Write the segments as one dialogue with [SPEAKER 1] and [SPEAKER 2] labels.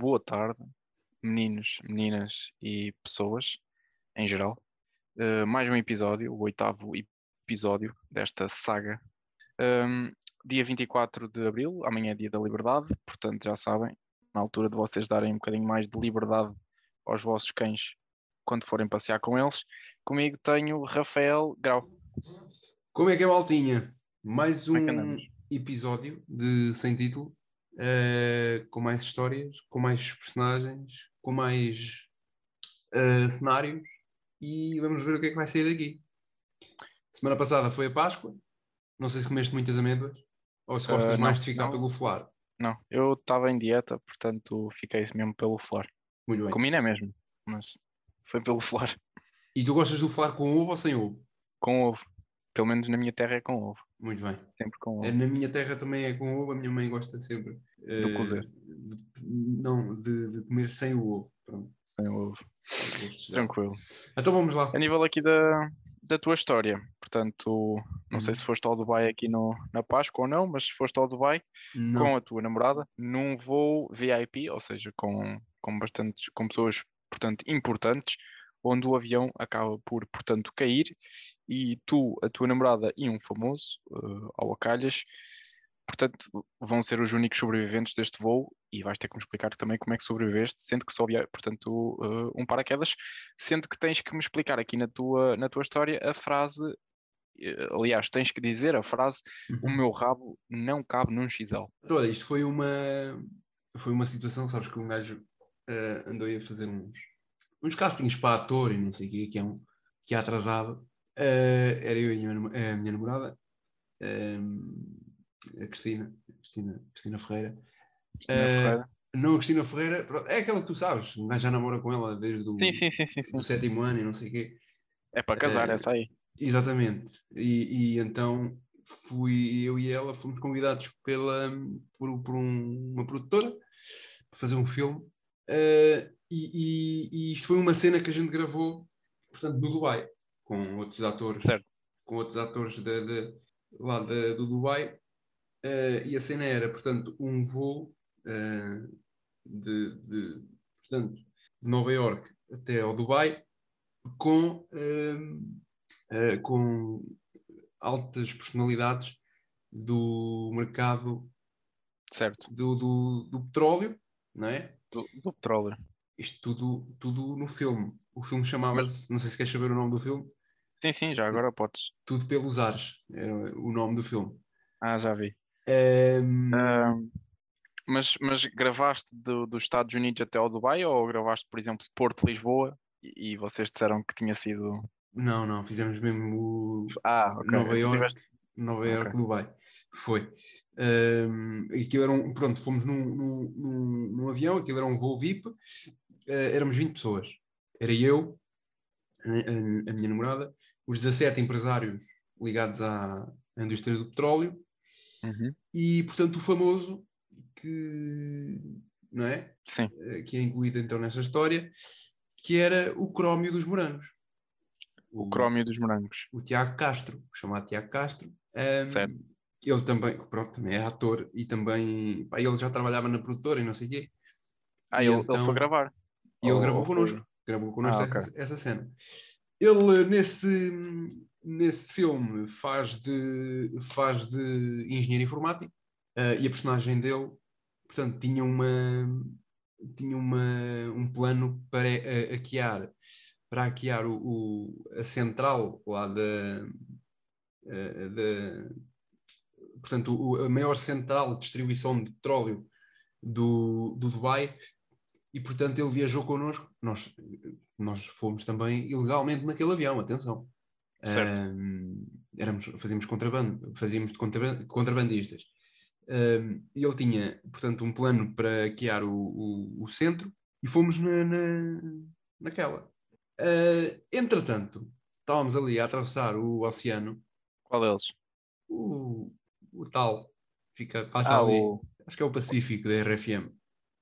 [SPEAKER 1] boa tarde, meninos, meninas e pessoas em geral. Uh, mais um episódio, o oitavo episódio desta saga. Um, dia 24 de abril, amanhã é dia da liberdade, portanto já sabem, na altura de vocês darem um bocadinho mais de liberdade aos vossos cães quando forem passear com eles. Comigo tenho Rafael Grau.
[SPEAKER 2] Como é que é, Maltinha? Mais
[SPEAKER 1] Como é que
[SPEAKER 2] um
[SPEAKER 1] andamos?
[SPEAKER 2] episódio de sem título, eh, com mais histórias, com mais personagens, com mais eh, cenários e vamos ver o que é que vai sair daqui. Semana passada foi a Páscoa, não sei se comeste muitas amêndoas ou se gostas
[SPEAKER 1] Eh, não,
[SPEAKER 2] mais de ficar
[SPEAKER 1] não.
[SPEAKER 2] pelo folar.
[SPEAKER 1] Não, eu estava em dieta, portanto fiquei mesmo pelo flor.
[SPEAKER 2] Muito bem.
[SPEAKER 1] Comi não é mesmo, mas foi pelo flor.
[SPEAKER 2] E tu gostas do folar com ovo ou sem ovo?
[SPEAKER 1] Com ovo. Pelo menos na minha terra é com ovo.
[SPEAKER 2] Muito bem.
[SPEAKER 1] Sempre com
[SPEAKER 2] Eh,
[SPEAKER 1] ovo.
[SPEAKER 2] Na minha terra também é com ovo, a minha mãe gosta sempre. eh,
[SPEAKER 1] cozer.
[SPEAKER 2] de- não, de, de comer sem o ovo. Pronto.
[SPEAKER 1] Sem ovo.
[SPEAKER 2] aos gostos dela.
[SPEAKER 1] Tranquilo.
[SPEAKER 2] Então vamos lá.
[SPEAKER 1] A nível aqui da, da tua história, portanto, não sei se foste ao Dubai aqui no, na Páscoa ou não, mas se foste ao Dubai
[SPEAKER 2] Não.
[SPEAKER 1] com a tua namorada num voo VIP, ou seja, com, com bastantes, com pessoas, portanto, importantes, onde o avião acaba por, portanto, cair e tu, a tua namorada e um famoso, eh, ao Acalhas, portanto, vão ser os únicos sobreviventes deste voo e vais ter que me explicar também como é que sobreviveste, sendo que só havia, portanto, eh, um paraquedas, sendo que tens que me explicar aqui na tua, na tua história a frase, eh, aliás, tens que dizer a frase o meu rabo não cabe num XL.
[SPEAKER 2] Então, olha, isto foi uma, foi uma situação, sabes, que um gajo eh, andou aí a fazer uns, uns castings para ator e não sei o quê, que é, um, que é atrasado. Eh, era eu e a minha, namo- a minha namorada, eh, a Cristina, Cristina, Cristina Ferreira.
[SPEAKER 1] Cristina
[SPEAKER 2] Eh,
[SPEAKER 1] Ferreira.
[SPEAKER 2] Não, a Cristina Ferreira, pronto, é aquela que tu sabes, um gajo já namora com ela desde o
[SPEAKER 1] Sim, sim, sim, sim, sim.
[SPEAKER 2] do sétimo ano e não sei o quê.
[SPEAKER 1] É para casar
[SPEAKER 2] eh,
[SPEAKER 1] essa aí.
[SPEAKER 2] Exatamente. E, e então fui eu e ela fomos convidados pela, por, por um- uma produtora para fazer um filme. Eh, e, e, e isto foi uma cena que a gente gravou, portanto, no Dubai, com outros atores,
[SPEAKER 1] Certo.
[SPEAKER 2] com outros atores de, de- lá de- do Dubai. Eh, e a cena era, portanto, um voo eh, de, de, portanto, de Nova Iorque até ao Dubai com eh, eh, com altas personalidades do mercado
[SPEAKER 1] Certo.
[SPEAKER 2] do, do, do petróleo, não é?
[SPEAKER 1] Do, do petróleo.
[SPEAKER 2] Isto tudo, tudo no filme. O filme chamava-se, não sei se queres saber o nome do filme,
[SPEAKER 1] Sim, sim, já agora podes.
[SPEAKER 2] Tudo pelos Ares, era o nome do filme.
[SPEAKER 1] Ah, já vi.
[SPEAKER 2] Ehm,
[SPEAKER 1] Ahm, mas, mas gravaste do- dos Estados Unidos até ao Dubai ou gravaste, por exemplo, Porto, Lisboa e, e vocês disseram que tinha sido.
[SPEAKER 2] Não, não, fizemos mesmo o
[SPEAKER 1] Ah, ok.
[SPEAKER 2] Nova
[SPEAKER 1] Tu
[SPEAKER 2] Iorque,
[SPEAKER 1] tiveste-
[SPEAKER 2] Nova Iorque, Dubai. Foi. Ehm, aquilo era um, pronto, fomos num, num, num, num avião, aquilo era um voo VIP, eh, éramos 20 pessoas. Era eu, a, a- a minha namorada, os 17 empresários ligados à, à indústria do petróleo
[SPEAKER 1] Uhum.
[SPEAKER 2] e, portanto, o famoso que, não é?
[SPEAKER 1] Sim.
[SPEAKER 2] Eh, que é incluído então nessa história, que era o crómio dos morangos.
[SPEAKER 1] O crómio dos morangos.
[SPEAKER 2] o Tiago Castro, o chamado Tiago Castro. Ahm,
[SPEAKER 1] Certo.
[SPEAKER 2] Ele também, pronto, também é ator e também, pá, ele já trabalhava na produtora e não sei o quê.
[SPEAKER 1] Ah,
[SPEAKER 2] E
[SPEAKER 1] ele, ele
[SPEAKER 2] então-
[SPEAKER 1] foi gravar.
[SPEAKER 2] E ele
[SPEAKER 1] Ou-
[SPEAKER 2] gravou
[SPEAKER 1] ou foi-
[SPEAKER 2] connosco, gravou connosco
[SPEAKER 1] Oh, Ah,
[SPEAKER 2] essa, essa cena. Ele nesse, nesse filme faz de, faz de engenheiro informático ah, e a personagem dele, portanto, tinha uma tinha uma, um plano para ah, hackear para hackear o, o- a central lá da, ah, da portanto o- a maior central de distribuição de petróleo do, do Dubai e portanto ele viajou connosco. Nós, nós fomos também ilegalmente naquele avião, atenção.
[SPEAKER 1] Certo.
[SPEAKER 2] Ahm, éramos, fazíamos contrabando, fazíamos de contraban- contrabandistas. Ahm, e ele tinha, portanto, um plano para guiar o, o, o centro e fomos na, na, naquela. Ah, entretanto, estávamos ali a atravessar o oceano,
[SPEAKER 1] Qual deles?
[SPEAKER 2] o, o tal fica, passa
[SPEAKER 1] Ah,
[SPEAKER 2] ali,
[SPEAKER 1] o.
[SPEAKER 2] acho que é o Pacífico da RFM.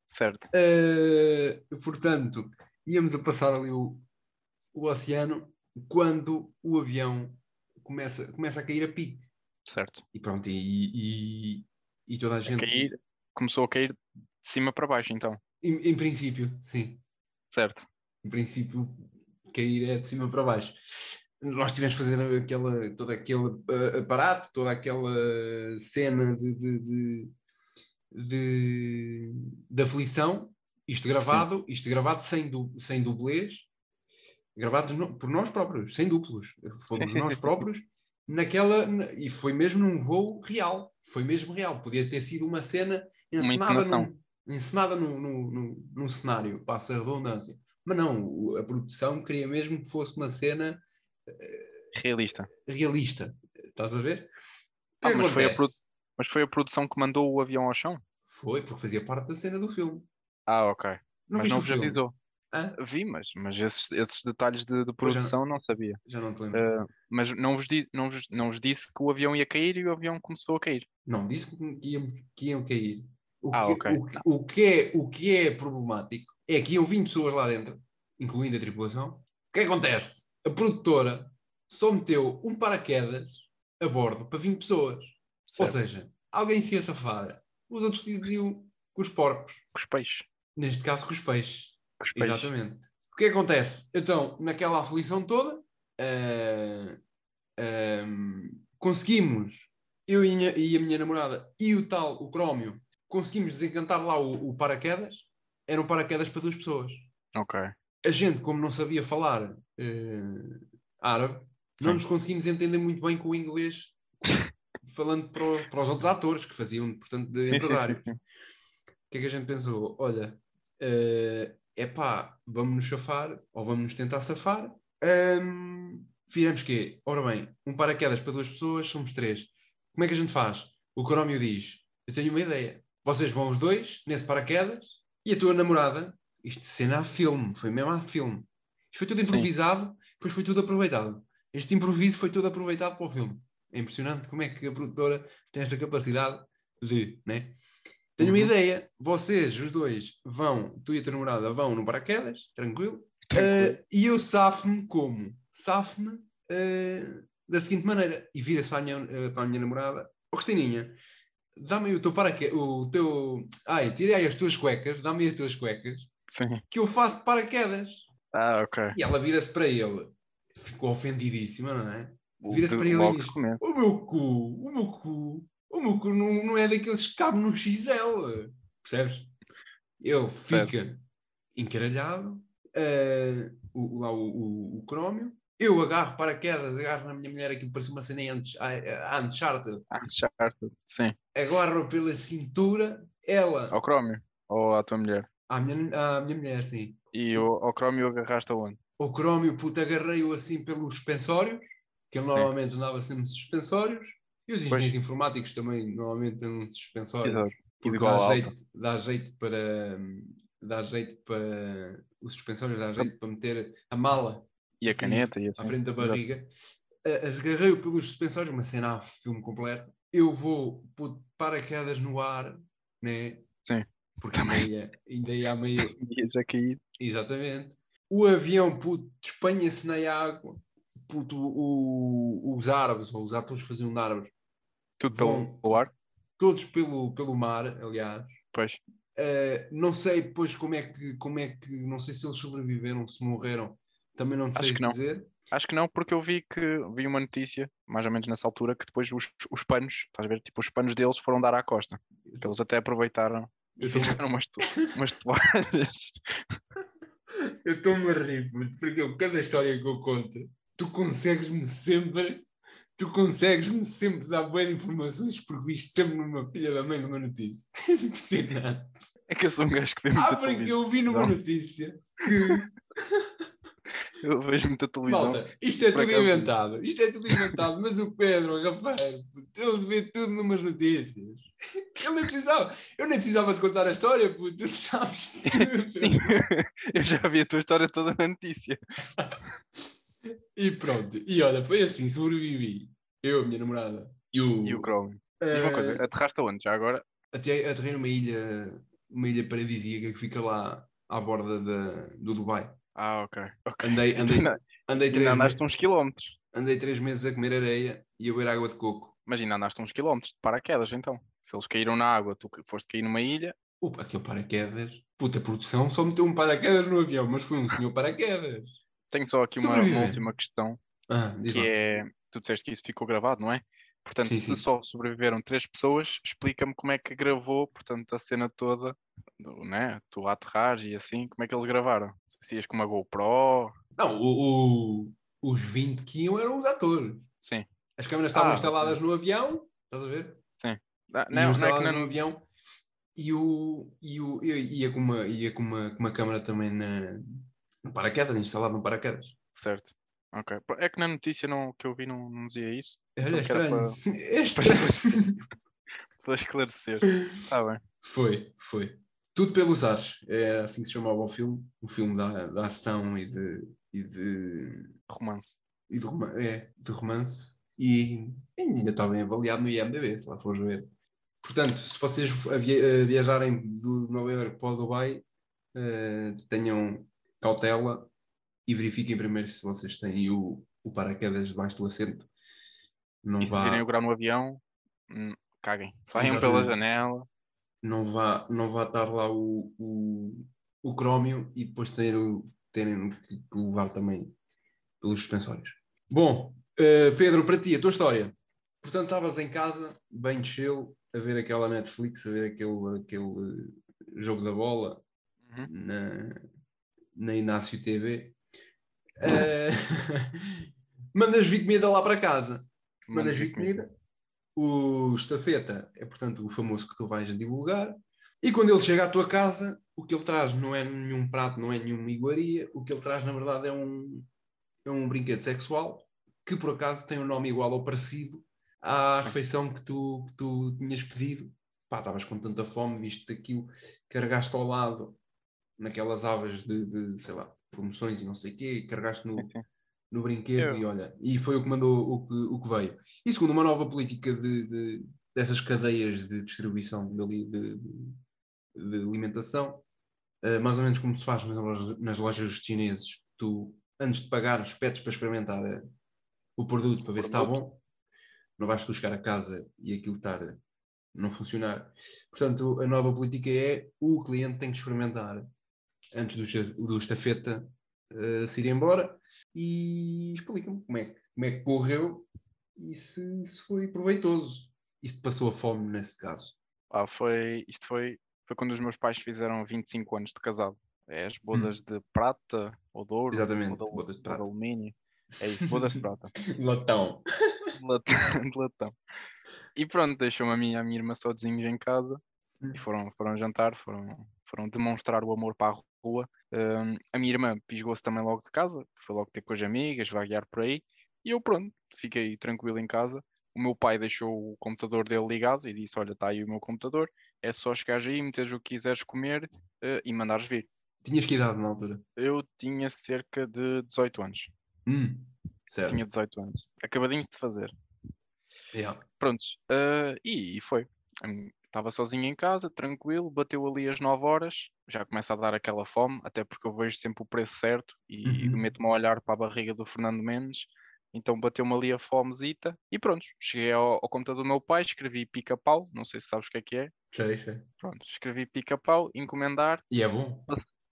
[SPEAKER 1] Certo.
[SPEAKER 2] Uh, portanto, íamos a passar ali o, o oceano quando o avião começa, começa a cair a pique.
[SPEAKER 1] Certo.
[SPEAKER 2] E pronto, e, e, e toda a gente.
[SPEAKER 1] Cair, começou a cair de cima para baixo, então.
[SPEAKER 2] Em, em princípio, sim.
[SPEAKER 1] certo?
[SPEAKER 2] Em princípio, cair é de cima para baixo. Nós tivemos de fazer aquela, todo aquele ah, aparato, toda aquela cena de, de, de, de- de aflição, isto gravado, isto gravado sem, du, sem dublês, gravado no- por nós próprios, sem duplos. Fomos nós próprios naquela. na- e foi mesmo num voo real. Foi mesmo real. Podia ter sido uma cena encenada, num,
[SPEAKER 1] encenação.
[SPEAKER 2] encenada num, num, num, num cenário, passa a redundância. Mas não, o- a produção queria mesmo que fosse uma cena
[SPEAKER 1] Realista.
[SPEAKER 2] realista. Estás a ver?
[SPEAKER 1] Ah,
[SPEAKER 2] O que
[SPEAKER 1] mas foi a
[SPEAKER 2] acontece?
[SPEAKER 1] produ- Mas foi a produção que mandou o avião ao chão?
[SPEAKER 2] Foi, porque fazia parte da cena do filme.
[SPEAKER 1] Ah, ok. mas
[SPEAKER 2] Não viste
[SPEAKER 1] não
[SPEAKER 2] o
[SPEAKER 1] vos
[SPEAKER 2] filme?
[SPEAKER 1] avisou.
[SPEAKER 2] Hã?
[SPEAKER 1] Vi, mas, mas esses, esses detalhes de, de
[SPEAKER 2] Pois é. já não-
[SPEAKER 1] produção não sabia.
[SPEAKER 2] Já não te lembro.
[SPEAKER 1] Ah, mas não vos, di- não, vos, não vos disse que o avião ia cair e o avião começou a cair.
[SPEAKER 2] Não, disse que, que iam, que iam cair. O,
[SPEAKER 1] Ah,
[SPEAKER 2] que,
[SPEAKER 1] ok.
[SPEAKER 2] o, que- o que é, o que é problemático é que iam 20 pessoas lá dentro, incluindo a tripulação. O que acontece? A produtora só meteu um paraquedas a bordo para 20 pessoas. Ou
[SPEAKER 1] Certo?
[SPEAKER 2] seja, alguém se ia safar. Os outros iam com os porcos.
[SPEAKER 1] Com os peixes.
[SPEAKER 2] Neste caso, com os peixes.
[SPEAKER 1] Com os peixes.
[SPEAKER 2] Exatamente. O que acontece? Então, naquela aflição toda, ah, ahm, conseguimos, eu e a, e a minha namorada e o tal, o Crómio, conseguimos desencantar lá o, o paraquedas. Era um paraquedas para duas pessoas.
[SPEAKER 1] Ok.
[SPEAKER 2] A gente, como não sabia falar eh, árabe,
[SPEAKER 1] Sim.
[SPEAKER 2] não nos conseguimos entender muito bem com o inglês, falando para, o- para os outros atores que faziam, portanto,
[SPEAKER 1] Sim, sim,
[SPEAKER 2] de
[SPEAKER 1] sim,
[SPEAKER 2] empresário.
[SPEAKER 1] sim.
[SPEAKER 2] O que é que a gente pensou? Olha, é epá, vamos nos safar, ou vamos nos tentar safar. Ahm, fizemos quê? Ora bem, um paraquedas para duas pessoas, somos três. Como é que a gente faz? O Corómio diz, eu tenho uma ideia. Vocês vão os dois, nesse paraquedas, e a tua namorada, isto de cena a filme, foi mesmo a filme. Isto foi tudo
[SPEAKER 1] Sim.
[SPEAKER 2] improvisado, depois foi tudo aproveitado. Este improviso foi todo aproveitado para o filme. É impressionante como é que a produtora tem essa capacidade de, né? Tenho uma
[SPEAKER 1] Uhum.
[SPEAKER 2] ideia. Vocês, os dois, vão, tu e a tua namorada vão no paraquedas, tranquilo.
[SPEAKER 1] Tranquilo.
[SPEAKER 2] Eh, e eu safo-me como? Safo-me eh, da seguinte maneira. E vira-se para, a minha- eh, para a minha namorada. Oh, Cristininha, dá-me aí o teu paraquedas, o teu... Ai, tirei aí as tuas cuecas, dá-me aí as tuas cuecas,
[SPEAKER 1] Sim.
[SPEAKER 2] que eu faço de paraquedas.
[SPEAKER 1] Ah, ok.
[SPEAKER 2] E ela vira-se para ele. Ficou ofendidíssima, não é?
[SPEAKER 1] O
[SPEAKER 2] Vira-se
[SPEAKER 1] de-
[SPEAKER 2] para ele e
[SPEAKER 1] logo
[SPEAKER 2] diz,
[SPEAKER 1] se começa.
[SPEAKER 2] O meu cu, o meu cu, o meu cu não, não é daqueles que cabe num XL. Percebes? Ele
[SPEAKER 1] Percebo.
[SPEAKER 2] fica encaralhado, eh, o, lá o, o, o crómio. Eu agarro paraquedas, agarro na minha mulher aquilo parece uma cena em Unch- a- a- Uncharted.
[SPEAKER 1] Ah, Uncharted. Sim.
[SPEAKER 2] Agarro pela cintura, ela,
[SPEAKER 1] Ao Crómio. Ou à tua mulher.
[SPEAKER 2] a minha, à minha mulher assim.
[SPEAKER 1] E o, ao Crómio agarraste aonde?
[SPEAKER 2] O crómio, puto, agarrei-o assim pelos suspensórios, que ele
[SPEAKER 1] Sim.
[SPEAKER 2] normalmente andava sempre suspensórios. E os engenheiros
[SPEAKER 1] Pois.
[SPEAKER 2] informáticos também normalmente andam de suspensórios.
[SPEAKER 1] Exato.
[SPEAKER 2] porque
[SPEAKER 1] Igual
[SPEAKER 2] dá
[SPEAKER 1] à
[SPEAKER 2] jeito, dá jeito para dá jeito para os suspensórios dá jeito para meter a mala
[SPEAKER 1] E a
[SPEAKER 2] Sim,
[SPEAKER 1] caneta. E
[SPEAKER 2] à
[SPEAKER 1] assim.
[SPEAKER 2] frente da
[SPEAKER 1] Exato.
[SPEAKER 2] barriga A- agarrei-o pelos suspensórios uma cena a filme completo eu vou pôr paraquedas no ar né?
[SPEAKER 1] Sim.
[SPEAKER 2] porque ainda
[SPEAKER 1] Também.
[SPEAKER 2] ia, ainda ia a meio
[SPEAKER 1] E já caí.
[SPEAKER 2] exatamente o avião puto despenha-se na água puto o- os árabes ou os atores que faziam de árabes
[SPEAKER 1] Tudo
[SPEAKER 2] Vão-
[SPEAKER 1] pelo ar.
[SPEAKER 2] todos pelo, pelo mar aliás
[SPEAKER 1] Pois.
[SPEAKER 2] Uh, não sei depois como é que como é que não sei se eles sobreviveram, se morreram, também não te
[SPEAKER 1] Acho
[SPEAKER 2] sei
[SPEAKER 1] que não.
[SPEAKER 2] dizer.
[SPEAKER 1] Acho que não, porque eu vi que vi uma notícia, mais ou menos nessa altura, que depois os, os panos, estás a ver? Tipo, os panos deles foram dar à costa. Então eles até aproveitaram e
[SPEAKER 2] Eu tô-
[SPEAKER 1] fizeram umas, to- umas toalhas.
[SPEAKER 2] Eu estou-me a rir, puto, porque eu, cada história que eu conto, tu consegues-me sempre, tu consegues-me sempre dar boas informações, porque isto sempre numa filha da mãe numa notícia. Impressionante.
[SPEAKER 1] É que eu sou um gajo que vê muita
[SPEAKER 2] Ah, porque
[SPEAKER 1] televisão.
[SPEAKER 2] eu vi numa
[SPEAKER 1] Não.
[SPEAKER 2] notícia que
[SPEAKER 1] Eu vejo muita televisão.
[SPEAKER 2] Malta, isto é
[SPEAKER 1] Por
[SPEAKER 2] tudo
[SPEAKER 1] acaso.
[SPEAKER 2] inventado, isto é tudo inventado, mas o Pedro, o Rafael, puto, eles vê tudo numas notícias. Eu nem precisava, eu nem precisava de contar a história, puto, tu sabes tudo.
[SPEAKER 1] eu já vi a tua história toda na notícia.
[SPEAKER 2] E pronto, e olha, foi assim, sobrevivi. Eu, a minha namorada e o.
[SPEAKER 1] E o Chrome.
[SPEAKER 2] Eh,
[SPEAKER 1] Diz uma coisa, aterraste aonde? Já agora?
[SPEAKER 2] até aterrei numa ilha, uma ilha paradisíaca que fica lá à borda da, do Dubai.
[SPEAKER 1] Ah, ok. ok.
[SPEAKER 2] Andei, andei,
[SPEAKER 1] Ainda-
[SPEAKER 2] andei,
[SPEAKER 1] ainda
[SPEAKER 2] três, me-
[SPEAKER 1] andaste uns quilómetros.
[SPEAKER 2] andei três meses a comer areia e a beber água de coco.
[SPEAKER 1] Imagina, andaste uns quilómetros de paraquedas, então. Se eles caíram na água, tu que- foste cair numa ilha,
[SPEAKER 2] O, aquele paraquedas. Puta, a produção só meteu um paraquedas no avião, mas foi um senhor paraquedas.
[SPEAKER 1] Tenho só aqui uma,
[SPEAKER 2] Sobreviver.
[SPEAKER 1] uma última questão,
[SPEAKER 2] Ah, diz
[SPEAKER 1] que
[SPEAKER 2] lá.
[SPEAKER 1] é, tu disseste que isso ficou gravado, não é? Portanto,
[SPEAKER 2] Sim, sim.
[SPEAKER 1] se só sobreviveram três pessoas, explica-me como é que gravou, portanto, a cena toda, do- né? Tu a aterrar e assim, como é que eles gravaram? Se ias com uma GoPro,
[SPEAKER 2] Não, o- o- os 20 que iam eram os atores.
[SPEAKER 1] sim.
[SPEAKER 2] As câmaras estavam
[SPEAKER 1] Ah,
[SPEAKER 2] instaladas no avião, estás a ver?
[SPEAKER 1] Ah,
[SPEAKER 2] Iam
[SPEAKER 1] Não, não é que
[SPEAKER 2] instaladas
[SPEAKER 1] não-
[SPEAKER 2] no avião e o, e o eu ia com uma, ia com uma, com uma câmara também na, no paraquedas, instalado no paraquedas.
[SPEAKER 1] Certo. Ok. Pô, É que na notícia não, que eu vi não, não dizia isso.
[SPEAKER 2] Olha, é
[SPEAKER 1] Então que era
[SPEAKER 2] estranho. É estranho.
[SPEAKER 1] Para esclarecer. Está bem.
[SPEAKER 2] foi, foi. Tudo pelos ares. É assim que se chamava o filme. O filme da, da ação e de, e de,
[SPEAKER 1] Romance.
[SPEAKER 2] e de, roma- é, de romance. E ainda está bem avaliado no IMDB, se lá fores ver. Portanto, se vocês a via- a viajarem do Nova Iorque para o Dubai, eh, tenham cautela e verifiquem primeiro se vocês têm o, o paraquedas debaixo do assento. Não
[SPEAKER 1] E se virem
[SPEAKER 2] vá,
[SPEAKER 1] o grau no avião, hum, caguem. Saiam pela
[SPEAKER 2] Exatamente.
[SPEAKER 1] janela.
[SPEAKER 2] não vá, não vá estar lá o, o, o crómio e depois ter o- terem que, que levar também pelos suspensórios. Bom, eh, Pedro, para ti, a tua história. Portanto, estavas em casa, bem chill, a ver aquela Netflix, a ver aquele, aquele eh, jogo da bola
[SPEAKER 1] Uhum.
[SPEAKER 2] na, na Inácio TV. Eh, mandas vir comida lá para casa mandas vir comida. é O estafeta é, portanto, o famoso que tu vais divulgar. E quando ele chega à tua casa, o que ele traz não é nenhum prato, não é nenhuma iguaria. O que ele traz, na verdade, é um, é um brinquedo sexual que, por acaso, tem um nome igual ou parecido à
[SPEAKER 1] Sim.
[SPEAKER 2] refeição que tu, que tu tinhas pedido. Pá, estavas com tanta fome, viste aquilo, carregaste ao lado naquelas abas de, de, sei lá, promoções e não sei o quê, carregaste no, no brinquedo
[SPEAKER 1] Eu-
[SPEAKER 2] e olha, e foi o que mandou o que, o que veio. E segundo uma nova política de, de- dessas cadeias de distribuição dali de, de- de alimentação, eh, mais ou menos como se faz nas lojas, nas lojas dos chineses, tu antes de pagares pedes para experimentar eh, o produto para ver se está bom, não vais tu chegar a casa e aquilo estar a não funcionar. Portanto, a nova política é o cliente tem que experimentar antes do, che- do estafeta eh, se ir embora e explica-me como é, que- como é que correu e se, se foi proveitoso. E se te passou a fome nesse caso.
[SPEAKER 1] Ah, foi, isto foi, foi quando os meus pais fizeram 25 anos de casado. É as bodas de prata ou de ouro.
[SPEAKER 2] Hum. Exatamente,
[SPEAKER 1] ou de,
[SPEAKER 2] bodas de prata.
[SPEAKER 1] Ou de alumínio. É isso, bodas de prata.
[SPEAKER 2] Latão.
[SPEAKER 1] de latão, de latão. E pronto, deixou-me a mim e a minha irmã sozinhos em casa e foram, foram jantar, foram, foram demonstrar o amor para a rua. Hum, a minha irmã pisgou-se também logo de casa, foi logo ter com as amigas, vaguear por aí. E eu pronto, fiquei tranquilo em casa. O meu pai deixou o computador dele ligado e disse: Olha, está aí o meu computador, é só chegares aí, meteres o que quiseres comer eh, e mandares vir.
[SPEAKER 2] Tinhas que idade na altura?
[SPEAKER 1] Eu tinha cerca de 18 anos.
[SPEAKER 2] Hum, certo.
[SPEAKER 1] Tinha 18 anos. Acabadinho de fazer.
[SPEAKER 2] Yeah.
[SPEAKER 1] Prontos, eh, e, e foi. Estava sozinho em casa, tranquilo, bateu ali às 9 horas, já começa a dar aquela fome, até porque eu vejo sempre o preço certo e
[SPEAKER 2] Uhum.
[SPEAKER 1] meto-me a olhar para a barriga do Fernando Mendes, então bateu-me ali a fomezita e pronto, cheguei ao, ao computador do meu pai, escrevi pica-pau, não sei se sabes o que é que é,
[SPEAKER 2] Sei, sei.
[SPEAKER 1] pronto, escrevi pica-pau, encomendar
[SPEAKER 2] E é bom.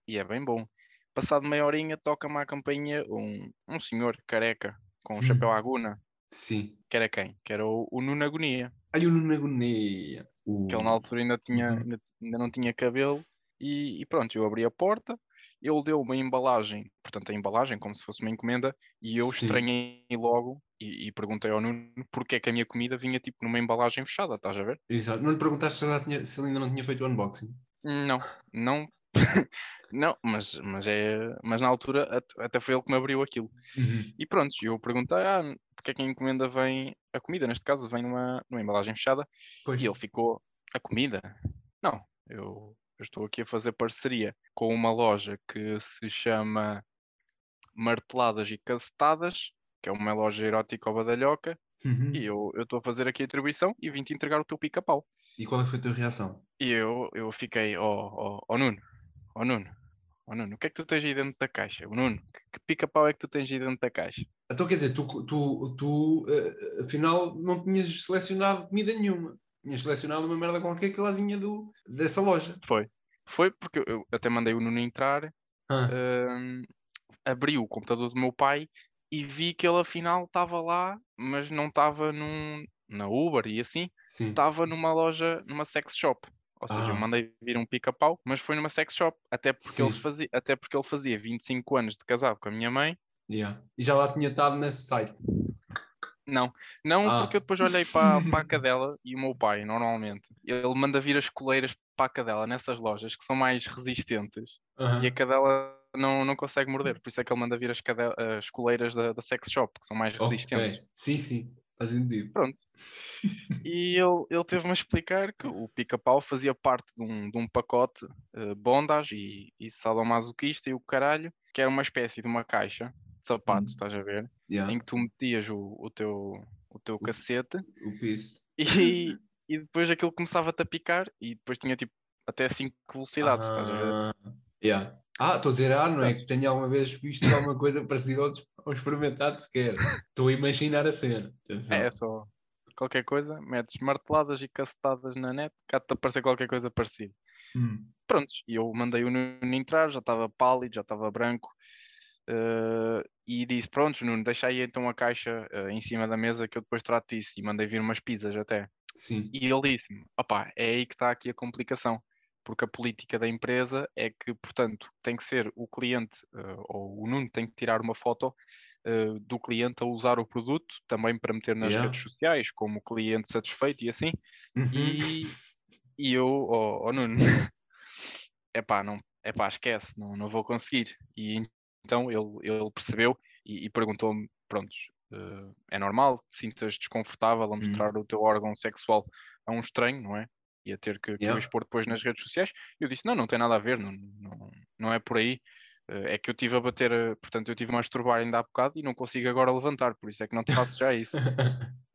[SPEAKER 1] e é bem bom. Passado meia horinha toca-me à campainha um, um senhor careca com um
[SPEAKER 2] Hum.
[SPEAKER 1] chapéu à guna,
[SPEAKER 2] Sim.
[SPEAKER 1] que era quem? Que era o, o Nuno Agonia.
[SPEAKER 2] Ai, o Nuno Agonia. O...
[SPEAKER 1] que é um ele na altura ainda, tinha,
[SPEAKER 2] Uhum.
[SPEAKER 1] ainda, ainda não tinha cabelo, e, e pronto, eu abri a porta, ele deu uma embalagem, portanto a embalagem como se fosse uma encomenda, e eu
[SPEAKER 2] Sim.
[SPEAKER 1] estranhei logo e, e perguntei ao Nuno porque é que a minha comida vinha tipo numa embalagem fechada, estás a ver?
[SPEAKER 2] Exato. Não lhe perguntaste se ele, já tinha- se ele ainda não tinha feito o unboxing.
[SPEAKER 1] Não, não, não, mas, mas, é, mas na altura at- até foi ele que me abriu aquilo.
[SPEAKER 2] Uhum.
[SPEAKER 1] E pronto, eu perguntei, ah, porque é que a encomenda vem, a comida neste caso vem numa, numa embalagem fechada,
[SPEAKER 2] Pois.
[SPEAKER 1] E ele ficou a comida. Não, eu, eu estou aqui a fazer parceria com uma loja que se chama Marteladas e Cacetadas, que é uma loja erótica ou badalhoca,
[SPEAKER 2] Uhum.
[SPEAKER 1] e eu eu estou a fazer aqui a atribuição e vim-te entregar o teu pica-pau.
[SPEAKER 2] E qual é que foi a tua reação?
[SPEAKER 1] E eu, eu fiquei, ó ó ó Nuno, ó Nuno, ó Nuno, o que é que tu tens aí dentro da caixa? O Nuno, que, que pica-pau é que tu tens aí dentro da caixa?
[SPEAKER 2] Então, quer dizer, tu, tu, tu eh, afinal não tinhas selecionado comida nenhuma. tinha selecionado uma merda qualquer que lá vinha do, dessa loja.
[SPEAKER 1] Foi. Foi porque eu- eu até mandei o Nuno entrar,
[SPEAKER 2] Ah,
[SPEAKER 1] hum, abri o computador do meu pai e vi que ele afinal estava lá, mas não estava num, na Uber e assim,
[SPEAKER 2] sim.
[SPEAKER 1] estava numa loja, numa sex shop. Ou seja, eu
[SPEAKER 2] Ah.
[SPEAKER 1] mandei vir um pica-pau, mas foi numa sex shop, até porque, eles
[SPEAKER 2] Sim.
[SPEAKER 1] fazia, até porque ele fazia 25 anos de casado com a minha mãe.
[SPEAKER 2] Yeah. E já lá tinha estado nesse site.
[SPEAKER 1] Não, não
[SPEAKER 2] Ah.
[SPEAKER 1] porque eu depois olhei para, para a cadela e o meu pai, normalmente, ele manda vir as coleiras para a cadela nessas lojas que são mais resistentes
[SPEAKER 2] Aham.
[SPEAKER 1] e a cadela não, não consegue morder, por isso é que ele manda vir as, cade- as coleiras da, da sex shop que são mais
[SPEAKER 2] Ok.
[SPEAKER 1] resistentes.
[SPEAKER 2] Sim, sim. Faz sentido.
[SPEAKER 1] E ele, ele teve-me a explicar que o pica-pau fazia parte de um, de um pacote eh, bondage e, e sadomasoquista e o caralho, que era uma espécie de uma caixa de sapatos, estás a ver?
[SPEAKER 2] Yeah.
[SPEAKER 1] Em que tu metias o, o teu, o teu cacete
[SPEAKER 2] O piso.
[SPEAKER 1] e, e depois aquilo começava-te a picar e depois tinha tipo até 5 velocidades, estás a ver?
[SPEAKER 2] Ah, yeah. Ah, estou a dizer, ah, não é que tenha alguma vez visto alguma coisa parecida ao des- ao experimentado sequer. Estou a imaginar a cena. Atenção.
[SPEAKER 1] É, é só qualquer coisa, metes marteladas e cacetadas na net, cá-te aparecer qualquer coisa parecida.
[SPEAKER 2] Hum.
[SPEAKER 1] Prontos, e eu mandei o Nuno entrar, já estava pálido, já estava branco, eh, e disse: Pronto, Nuno, deixa aí então a caixa eh, em cima da mesa que eu depois trato isso. E mandei vir umas pizzas até.
[SPEAKER 2] Sim.
[SPEAKER 1] E ele disse-me: opá, é aí que está aqui a complicação, porque a política da empresa é que, portanto, tem que ser o cliente eh, ou o Nuno tem que tirar uma foto eh, do cliente a usar o produto, também para meter nas
[SPEAKER 2] Yeah.
[SPEAKER 1] redes sociais, como cliente satisfeito e assim.
[SPEAKER 2] Uhum.
[SPEAKER 1] E, e eu, ó ó Nuno, epá, não, epá, esquece, não, não vou conseguir. E en- então ele, ele percebeu e, e perguntou-me: prontos, eh, é normal, te sintas
[SPEAKER 2] Hum.
[SPEAKER 1] desconfortável a mostrar o teu órgão sexual a um estranho, não é? E a ter que, que o
[SPEAKER 2] Yeah.
[SPEAKER 1] expor depois nas redes sociais. Eu disse: não, não tem nada a ver, não, não, não é por aí. Eh, É que eu estive a bater, eh, portanto, eu estive a masturbar ainda há bocado e não consigo agora levantar, por isso é que não te faço já isso.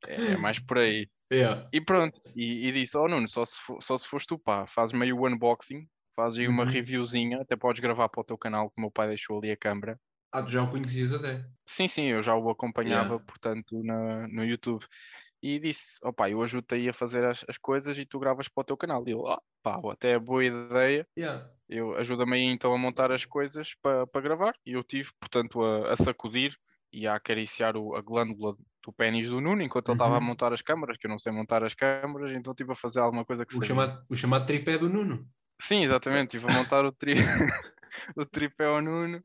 [SPEAKER 1] É- é mais por aí.
[SPEAKER 2] yeah.
[SPEAKER 1] E pronto, e, e disse: Oh Nuno, só se, fo- só se fores tu, pá, fazes meio unboxing, fazes aí uma
[SPEAKER 2] Uhum.
[SPEAKER 1] reviewzinha, até podes gravar para o teu canal que o meu pai deixou ali a câmara.
[SPEAKER 2] Ah, tu já o conhecias até.
[SPEAKER 1] Sim, sim, eu já o acompanhava,
[SPEAKER 2] Yeah.
[SPEAKER 1] portanto, na, no YouTube. E disse: Ó pá, eu ajudo-te aí a fazer as, as coisas e tu gravas para o teu canal. E ele: Ó pá, até é boa ideia,
[SPEAKER 2] Yeah.
[SPEAKER 1] eu ajuda-me aí então a montar as coisas para, para gravar. E eu tive, portanto, a, a sacudir e a acariciar o- a glândula do pênis do Nuno enquanto ele estava a
[SPEAKER 2] Uhum.
[SPEAKER 1] montar as câmaras, que eu não sei montar as câmaras, então estive a fazer alguma coisa que
[SPEAKER 2] O,
[SPEAKER 1] sabia.
[SPEAKER 2] chamado, o chamado tripé do Nuno.
[SPEAKER 1] Sim, exatamente, estive a montar o, tri... o tripé ao Nuno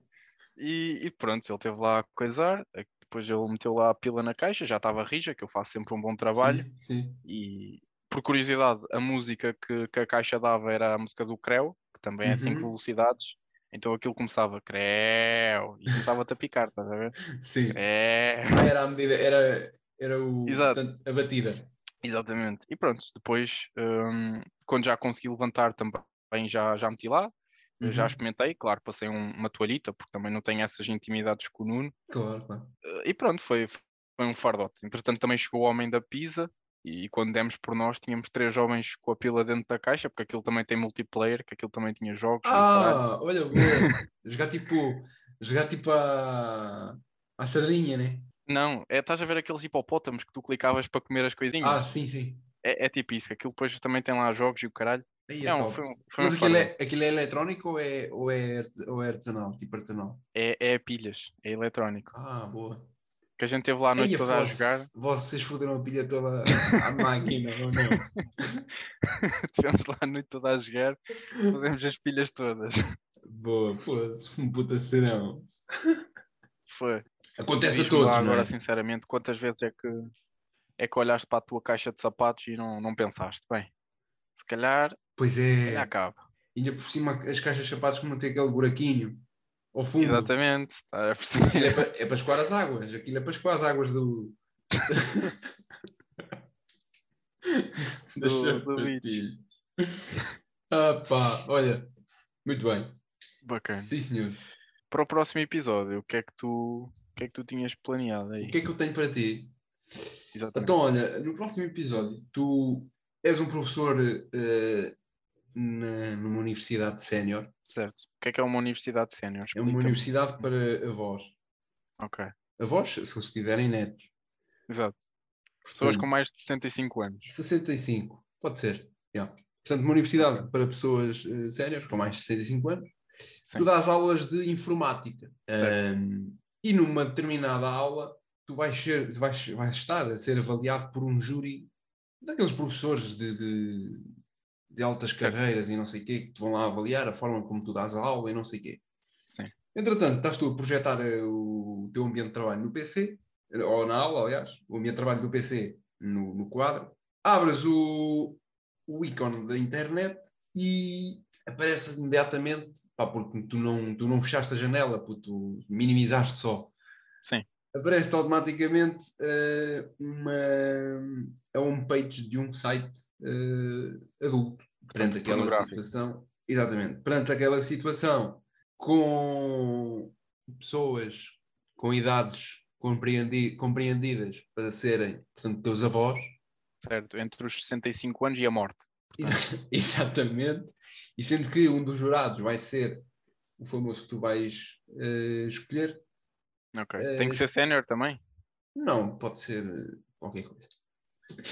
[SPEAKER 1] e, e pronto, ele teve lá a coisar, eh, depois ele meteu lá a pila na caixa, já estava rija, que eu faço sempre um bom trabalho
[SPEAKER 2] Sim, sim.
[SPEAKER 1] e por curiosidade, a música que, que a caixa dava era a música do Creu, que também é 5
[SPEAKER 2] Uhum.
[SPEAKER 1] velocidades, então aquilo começava Creu e começava-te a picar, estás a ver?
[SPEAKER 2] sim.
[SPEAKER 1] Creu.
[SPEAKER 2] Ah, Era a medida, era, era o,
[SPEAKER 1] É. Exato.
[SPEAKER 2] portanto, a batida.
[SPEAKER 1] Exatamente. E pronto, depois, hum, quando já consegui levantar também, já, já meti lá, eh, já
[SPEAKER 2] Uhum.
[SPEAKER 1] experimentei, claro, passei um- uma toalhita, porque também não tenho essas intimidades com o Nuno.
[SPEAKER 2] Claro, claro.
[SPEAKER 1] Eh, E pronto, foi, foi um fardote. Entretanto, também chegou o homem da pizza, e quando demos por nós, tínhamos três homens com a pila dentro da caixa, porque aquilo também tem multiplayer, que aquilo também tinha jogos. e o caralho.
[SPEAKER 2] Ah, olha, boa. jogar tipo, jogar tipo à, à sardinha, né?
[SPEAKER 1] Não, é, estás a ver aqueles hipopótamos que tu clicavas para comer as coisinhas?
[SPEAKER 2] Ah, sim, sim.
[SPEAKER 1] É, é tipo isso, que aquilo depois também tem lá jogos e o caralho.
[SPEAKER 2] Aí é
[SPEAKER 1] Não,
[SPEAKER 2] top.
[SPEAKER 1] foi um, foi um
[SPEAKER 2] Mas aquilo
[SPEAKER 1] fardote.
[SPEAKER 2] é, aquilo é eletrónico ou é, ou, é, arte- ou é artesanal? Tipo artesanal.
[SPEAKER 1] É, é pilhas, é eletrónico.
[SPEAKER 2] Ah, boa.
[SPEAKER 1] Que a gente teve lá a noite
[SPEAKER 2] Eia,
[SPEAKER 1] toda a
[SPEAKER 2] fosse-
[SPEAKER 1] jogar,
[SPEAKER 2] Vocês foderam a pilha toda à máquina, ou não?
[SPEAKER 1] tivemos lá a noite toda a jogar, fazemos as pilhas todas.
[SPEAKER 2] Boa, foda-se, um puta serão.
[SPEAKER 1] Foi.
[SPEAKER 2] Acontece a
[SPEAKER 1] Diz-me lá
[SPEAKER 2] todos, não é?
[SPEAKER 1] agora, sinceramente, quantas vezes é que é que olhaste para a tua caixa de sapatos e não, não pensaste, bem, se calhar,
[SPEAKER 2] Pois
[SPEAKER 1] se calhar
[SPEAKER 2] é,
[SPEAKER 1] acaba.
[SPEAKER 2] ainda por cima as caixas de sapatos como tem aquele buraquinho ao fundo.
[SPEAKER 1] Exatamente, está a perceber.
[SPEAKER 2] Aquilo é para, é para escoar as águas, aquilo é para escoar as águas do. da
[SPEAKER 1] Do- do
[SPEAKER 2] sapatilha. Ah pá, olha, muito bem.
[SPEAKER 1] Bacana.
[SPEAKER 2] Sim, senhor.
[SPEAKER 1] Para o próximo episódio, o que é que tu, o que é que tu tinhas planeado aí?
[SPEAKER 2] O que é que eu tenho para ti?
[SPEAKER 1] Exatamente.
[SPEAKER 2] Então, olha, no próximo episódio, tu és um professor eh, na- numa universidade sénior.
[SPEAKER 1] Certo. O que é que é uma universidade sénior?
[SPEAKER 2] É uma
[SPEAKER 1] Explica-me.
[SPEAKER 2] universidade para avós.
[SPEAKER 1] Ok,
[SPEAKER 2] Avós, se eles tiverem netos.
[SPEAKER 1] exato. Pessoas
[SPEAKER 2] Portanto,
[SPEAKER 1] com mais de 65 anos.
[SPEAKER 2] 65. Pode ser. Yeah. Portanto, uma universidade para pessoas eh, sérias, com mais de 65 anos,
[SPEAKER 1] Sim.
[SPEAKER 2] tu dás aulas de informática.
[SPEAKER 1] Certo.
[SPEAKER 2] Ahm, e numa determinada aula, tu vais, ser, vais, vais estar a ser avaliado por um júri daqueles professores de, de, de altas
[SPEAKER 1] Certo.
[SPEAKER 2] carreiras e não sei o quê, que te vão lá avaliar a forma como tu dás a aula e não sei o quê.
[SPEAKER 1] Sim.
[SPEAKER 2] Entretanto, estás tu a projetar eh, o teu ambiente de trabalho no PC, eh, ou na aula, aliás, o ambiente de trabalho do PC no, no quadro, abres o, o ícone da internet e aparece imediatamente, pá, porque tu não, tu não fechaste a janela, puto, tu minimizaste só.
[SPEAKER 1] Sim.
[SPEAKER 2] Aparece-te automaticamente eh, uma, a homepage de um site eh, adulto. Perante aquela
[SPEAKER 1] pornográfico.
[SPEAKER 2] situação, exatamente, perante aquela situação com pessoas com idades compreendi- compreendidas para serem, portanto, teus avós,
[SPEAKER 1] certo? Entre os 65 anos e a morte.
[SPEAKER 2] Exatamente. E sendo que um dos jurados vai ser o famoso que tu vais eh, escolher,
[SPEAKER 1] Ok.
[SPEAKER 2] Eh,
[SPEAKER 1] Tem que ser sénior também?
[SPEAKER 2] não, pode ser eh, qualquer coisa.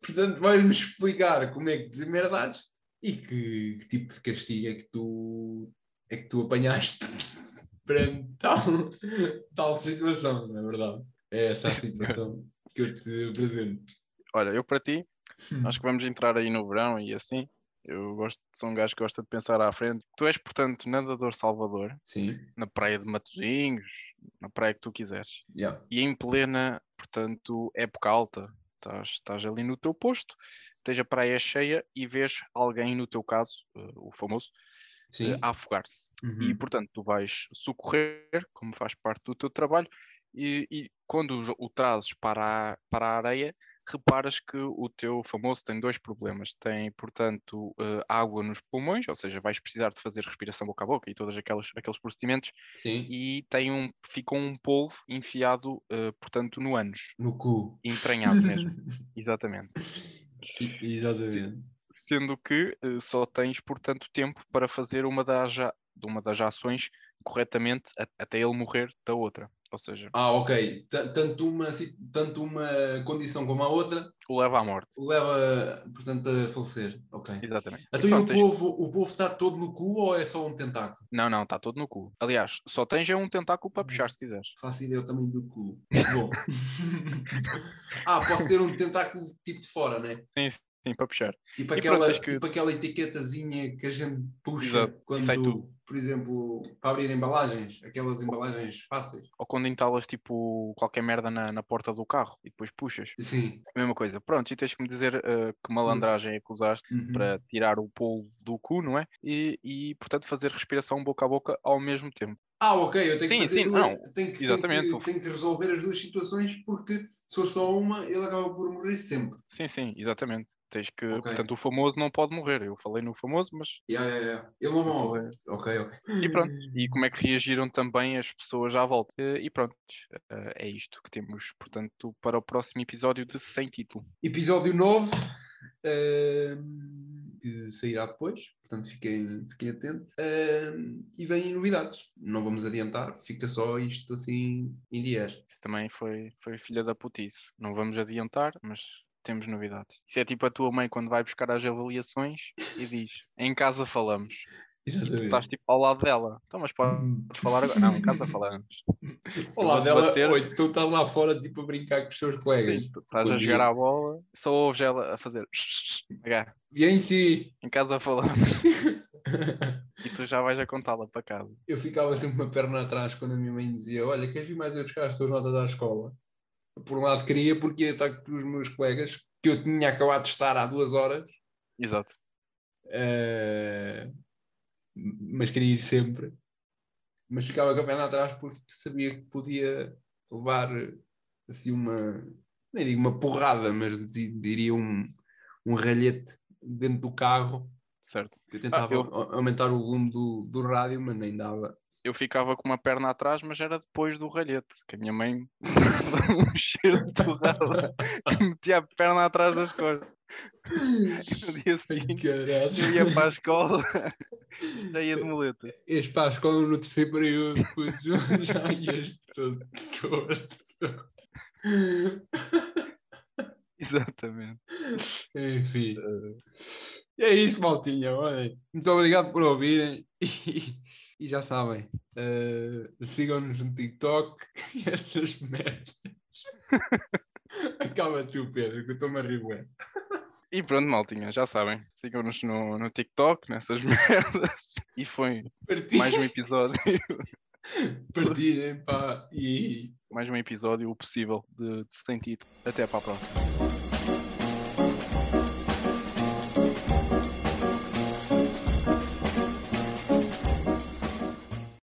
[SPEAKER 2] Portanto, vais-me explicar como é que desmerdaste e que, que tipo de castigo é que tu, é que tu apanhaste perante tal, tal situação, não é verdade? É essa a situação que eu te apresento.
[SPEAKER 1] Olha, eu para ti,
[SPEAKER 2] Hum.
[SPEAKER 1] acho que vamos entrar aí no verão e assim. Eu gosto, sou um gajo que gosta de pensar à frente. Tu és, portanto, nadador salvador,
[SPEAKER 2] Sim,
[SPEAKER 1] na praia de Matosinhos, na praia que tu quiseres.
[SPEAKER 2] yeah.
[SPEAKER 1] e em plena, portanto, época alta. Estás, estás ali no teu posto, tens a praia cheia e vês alguém, no teu caso, eh, o famoso, eh,
[SPEAKER 2] sim.
[SPEAKER 1] a afogar-se. E,
[SPEAKER 2] Uhum.
[SPEAKER 1] portanto, tu vais socorrer, como faz parte do teu trabalho, e, e quando o, jo- o trazes para a, para a areia, reparas que o teu famoso tem dois problemas. Tem, portanto, eh, água nos pulmões, ou seja, vais precisar de fazer respiração boca a boca e todos aqueles, aqueles procedimentos,
[SPEAKER 2] Sim.
[SPEAKER 1] e tem um, ficou um polvo enfiado, eh, portanto, no ânus
[SPEAKER 2] No cu.
[SPEAKER 1] entranhado mesmo, exatamente.
[SPEAKER 2] I- Exatamente.
[SPEAKER 1] Sendo que eh, só tens, portanto, tempo para fazer uma das, a- de uma das ações corretamente a- até ele morrer da outra. Ou seja,
[SPEAKER 2] Ah, ok. T- tanto, uma, si- tanto uma condição como a outra
[SPEAKER 1] o leva à morte.
[SPEAKER 2] leva, portanto, a falecer. Ok.
[SPEAKER 1] Exatamente.
[SPEAKER 2] Então, e
[SPEAKER 1] Só
[SPEAKER 2] o
[SPEAKER 1] tens-
[SPEAKER 2] povo, o povo está todo no cu ou é só um tentáculo?
[SPEAKER 1] Não, não, está todo no cu. Aliás, só tens é um tentáculo para puxar se quiseres.
[SPEAKER 2] Faço ideia também do cu. Bom. ah, posso ter um tentáculo tipo de fora, né?
[SPEAKER 1] Sim, sim, para puxar.
[SPEAKER 2] Tipo
[SPEAKER 1] E pronto,
[SPEAKER 2] aquela,
[SPEAKER 1] tens que-
[SPEAKER 2] tipo aquela etiquetazinha que a gente puxa
[SPEAKER 1] Exato.
[SPEAKER 2] quando,
[SPEAKER 1] sai tudo.
[SPEAKER 2] por exemplo, para abrir embalagens, aquelas embalagens fáceis.
[SPEAKER 1] Ou quando entalas tipo qualquer merda na, na porta do carro e depois puxas.
[SPEAKER 2] Sim.
[SPEAKER 1] Mesma coisa. Pronto, e tens que me dizer eh, que malandragem é que usaste.
[SPEAKER 2] Uhum.
[SPEAKER 1] para tirar o polvo do cu, não é? E, e, portanto fazer respiração boca a boca ao mesmo tempo.
[SPEAKER 2] Ah, ok, eu tenho que
[SPEAKER 1] Sim,
[SPEAKER 2] fazer
[SPEAKER 1] sim,
[SPEAKER 2] duas,
[SPEAKER 1] não,
[SPEAKER 2] tenho, que,
[SPEAKER 1] exatamente.
[SPEAKER 2] Tenho, que, tenho que resolver as duas situações porque se for só uma, ele acaba por morrer sempre.
[SPEAKER 1] Sim, sim, exatamente. Tens que,
[SPEAKER 2] Ok.
[SPEAKER 1] portanto, o famoso não pode morrer. Eu falei no famoso, mas
[SPEAKER 2] Yeah, yeah, yeah. Ele não
[SPEAKER 1] eu
[SPEAKER 2] morre.
[SPEAKER 1] falei-
[SPEAKER 2] Ok, ok.
[SPEAKER 1] E pronto. e como é que reagiram também as pessoas à volta? Eh, E pronto, eh, é isto que temos, portanto, para o próximo episódio de sem título.
[SPEAKER 2] Episódio 9, ehm, que sairá depois, portanto fiquem, fiquem atentos. Ehm, e vêm novidades. Não vamos adiantar, fica só isto assim em dias.
[SPEAKER 1] Isso também foi, foi filha da putice. Não vamos adiantar, mas temos novidades. Isso é tipo a tua mãe quando vai buscar as avaliações e diz: em casa falamos. E tu estás tipo ao lado dela. Então, mas pode Podes falar agora? Não, em casa falamos.
[SPEAKER 2] Olá,
[SPEAKER 1] vou-te
[SPEAKER 2] dela,
[SPEAKER 1] bater.
[SPEAKER 2] oi, tu estás lá fora tipo a brincar com os teus colegas.
[SPEAKER 1] Sim, tu Estás a
[SPEAKER 2] Bom
[SPEAKER 1] jogar
[SPEAKER 2] dia.
[SPEAKER 1] à bola, só ouves ela a fazer. "Cá,
[SPEAKER 2] E em si.
[SPEAKER 1] Em casa falamos e tu já vais a contá-la para casa.
[SPEAKER 2] eu ficava sempre uma perna atrás quando a minha mãe dizia: Olha, queres vir mais eu buscar as tuas notas à escola? Por um lado queria, porque ia estar com os meus colegas, que eu tinha acabado de estar há duas horas,
[SPEAKER 1] Exato.
[SPEAKER 2] eh, mas queria ir sempre. Mas ficava com a perna atrás porque sabia que podia levar assim uma, nem digo uma porrada, mas di- diria um, um ralhete dentro do carro.
[SPEAKER 1] Certo.
[SPEAKER 2] que Eu tentava
[SPEAKER 1] eu-
[SPEAKER 2] a- aumentar o volume do, do rádio, mas nem dava.
[SPEAKER 1] Eu ficava com uma perna atrás, mas era depois do ralhete, que a minha mãe um cheiro de torrada que metia a perna atrás das costas. No dia
[SPEAKER 2] Ai,
[SPEAKER 1] seguinte eu
[SPEAKER 2] caralho.
[SPEAKER 1] ia para a escola cheia de muleta.
[SPEAKER 2] Ias para a escola no terceiro período, puto, já ias todo torto.
[SPEAKER 1] Exatamente.
[SPEAKER 2] Enfim. E é isso, maltinha. olhem. Muito obrigado por ouvirem. E, e já sabem, eh, sigam-nos no TikTok e essas merdas. Acaba tu, Pedro, que eu estou-me a rir. bué.
[SPEAKER 1] E pronto, maltinha, já sabem. Sigam-nos no, no TikTok, nessas merdas. E foi
[SPEAKER 2] Partilhem,
[SPEAKER 1] mais um episódio.
[SPEAKER 2] partilhem, pá. E
[SPEAKER 1] mais um episódio, o possível, de, de sem título. Até para a próxima.